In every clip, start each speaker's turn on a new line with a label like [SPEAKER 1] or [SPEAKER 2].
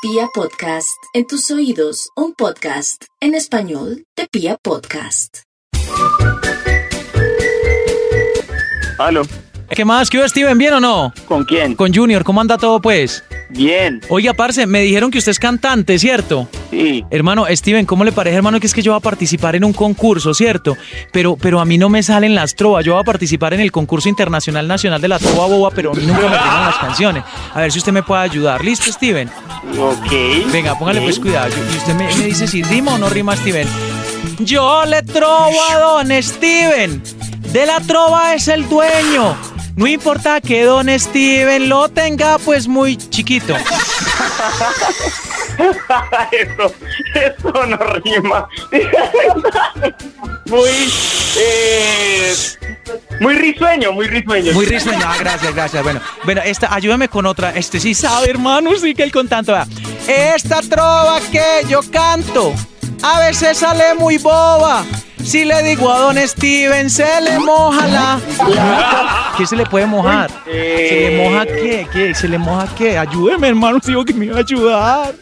[SPEAKER 1] Pia Podcast, en tus oídos, un podcast en español de Pia Podcast.
[SPEAKER 2] Aló,
[SPEAKER 3] ¿Qué más? ¿Qué hubo, Steven? ¿Bien o no?
[SPEAKER 2] ¿con quién?
[SPEAKER 3] Con Junior, ¿cómo anda todo, pues?
[SPEAKER 2] Bien,
[SPEAKER 3] Oiga, parce, me dijeron que usted es cantante, ¿cierto?
[SPEAKER 2] sí.
[SPEAKER 3] Hermano, Steven, ¿cómo le parece, hermano, que es que yo voy a participar en un concurso, ¿cierto? Pero, pero a mí no me salen las trovas. Yo voy a participar en el concurso internacional nacional de la trova boba, pero a mí nunca me tienen las canciones. A ver si usted me puede ayudar. ¿Listo, Steven?
[SPEAKER 2] Ok.
[SPEAKER 3] Venga, póngale
[SPEAKER 2] Ok.
[SPEAKER 3] pues cuidado. Y usted me, me dice si rima o no rima Steven. Yo le trovo a Don Steven. De la trova es el dueño. No importa que Don Steven lo tenga pues muy chiquito.
[SPEAKER 2] eso, eso no rima. muy, eh, muy risueño, muy risueño.
[SPEAKER 3] Muy risueño. Ah, gracias, gracias. Bueno, bueno, esta, ayúdame con otra. Este sí sabe, hermano, sí que el contante va. Esta trova que yo canto a veces sale muy boba. Si le digo a Don Steven, se le moja la. ¿Qué se le puede mojar? ¿Se le moja qué? ¿Qué? ¿Se le moja qué? Ayúdeme, hermano, digo que me iba a ayudar.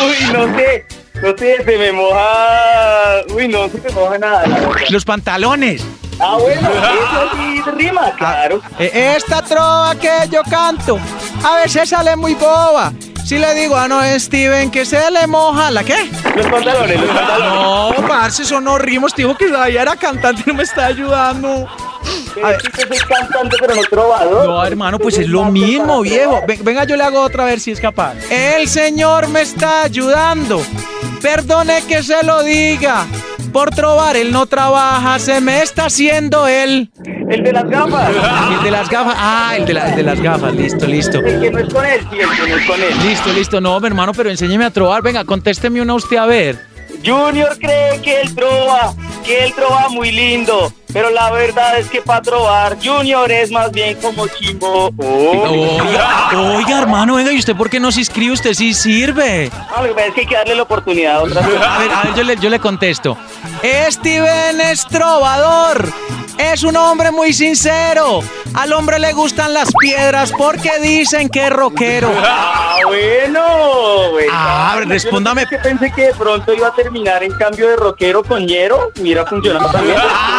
[SPEAKER 2] Uy, no sé, no sé, se me moja. Uy, no se me moja nada. la verdad.
[SPEAKER 3] Los pantalones.
[SPEAKER 2] Ah, bueno, eso sí
[SPEAKER 3] Ah.
[SPEAKER 2] rima, claro.
[SPEAKER 3] Eh, Esta trova que yo canto a veces sale muy boba. Si le digo a Don Steven que se le moja la qué?
[SPEAKER 2] Los pantalones, los pantalones.
[SPEAKER 3] No, parce, eso no rimos. Te dijo que ya era cantante no me está ayudando. a ver.
[SPEAKER 2] Es que soy cantante, pero no trovador.
[SPEAKER 3] No, hermano, pues es lo mismo, viejo. Ven- Venga, yo le hago otra a ver si es capaz. El Señor me está ayudando. Perdone que se lo diga. Por trobar, él no trabaja. Se me está haciendo él.
[SPEAKER 2] El de las gafas.
[SPEAKER 3] El de las gafas. Ah, el de, la- el de las gafas. Listo, listo.
[SPEAKER 2] El que no es con él, sí, el que no es con él.
[SPEAKER 3] Listo, listo. No, mi hermano, pero enséñeme a trobar. Venga, contésteme una usted a ver.
[SPEAKER 2] Junior cree que él trova, que él trova muy lindo, pero la verdad es que para trobar Junior es más bien como chimbo. Oh.
[SPEAKER 3] Oiga, oiga, hermano, venga, ¿y usted por qué no se inscribe? Usted sí sirve.
[SPEAKER 2] Ah, lo que pasa es que hay que darle la oportunidad a otra vez.
[SPEAKER 3] A ver, a ver, yo le, yo le contesto. Steven es trovador. Es un hombre muy sincero. Al hombre le gustan las piedras porque dicen que es rockero.
[SPEAKER 2] Ah, bueno. güey.
[SPEAKER 3] Ah,
[SPEAKER 2] Yo
[SPEAKER 3] respóndame.
[SPEAKER 2] que pensé que de pronto iba a terminar en cambio de rockero con Ñero. Mira, funcionando también.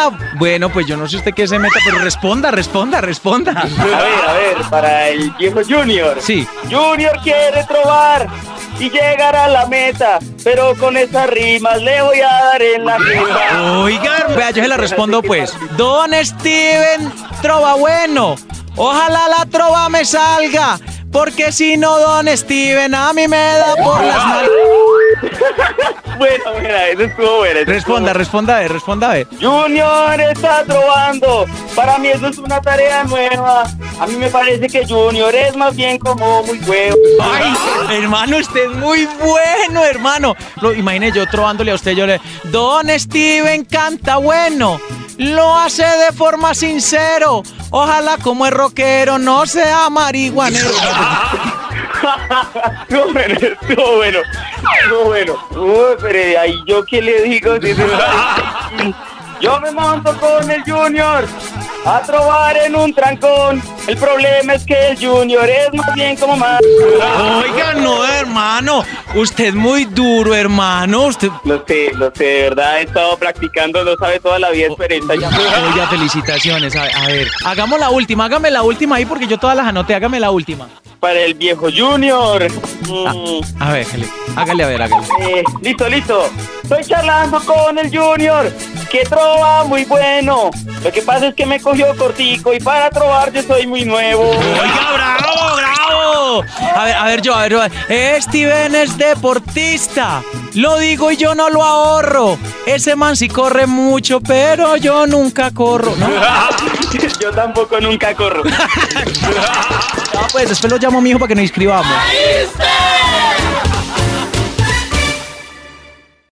[SPEAKER 3] Ah, bueno, pues yo no sé usted qué se meta, pero responda, responda, responda.
[SPEAKER 2] A ver, a ver, para el viejo Junior.
[SPEAKER 3] Sí.
[SPEAKER 2] Junior quiere trobar y llegar a la meta, pero con esas rimas le voy a dar en la meta.
[SPEAKER 3] Oiga, vea, yo se la respondo pues. Don Steven, trova bueno. Ojalá la trova me salga. Porque si no, Don Steven, a mí me da por las nalgas.
[SPEAKER 2] Bueno, mira, eso estuvo bueno. eso
[SPEAKER 3] Responda, responda, a ver, responda, a ver.
[SPEAKER 2] estuvo bueno. Junior está trovando. Para mí eso es una tarea nueva. A mí me parece que Junior es más bien como muy huevo.
[SPEAKER 3] Ay, hermano, usted es muy bueno, hermano. Lo imaginé yo trobándole a usted, yo le... Don Steven canta bueno, lo hace de forma sincero. Ojalá como es rockero no sea marihuanero.
[SPEAKER 2] Estuvo bueno, estuvo bueno. Estuvo bueno. Uy, pero ahí yo qué le digo. Si se parece? yo me monto con el Junior a trobar en un trancón. El problema es que el Junior es más bien como más.
[SPEAKER 3] Oiga, no, hermano. Usted es muy duro, hermano. Usted...
[SPEAKER 2] Lo sé, lo sé, de verdad he estado practicando, lo sabe toda la vida, esperanza.
[SPEAKER 3] Oiga, felicitaciones. A, a ver, hagamos la última, hágame la última ahí porque yo todas las anoté. Hágame la última.
[SPEAKER 2] Para el viejo Junior. Mm,
[SPEAKER 3] A ver, hágale, hágale, a ver, hágale.
[SPEAKER 2] eh, listo, listo. Estoy charlando con el Junior, que trova muy bueno. Lo que pasa es que me cogió cortico y para trobar yo soy muy nuevo.
[SPEAKER 3] Oiga, bravo, bravo. A ver, a ver, yo, a ver, yo, a ver. Steven es deportista. Lo digo y yo no lo ahorro. Ese man sí corre mucho, pero yo nunca corro, ¿no?
[SPEAKER 2] Yo tampoco nunca corro.
[SPEAKER 3] Ah, pues después lo llamo a mi hijo para que nos inscribamos.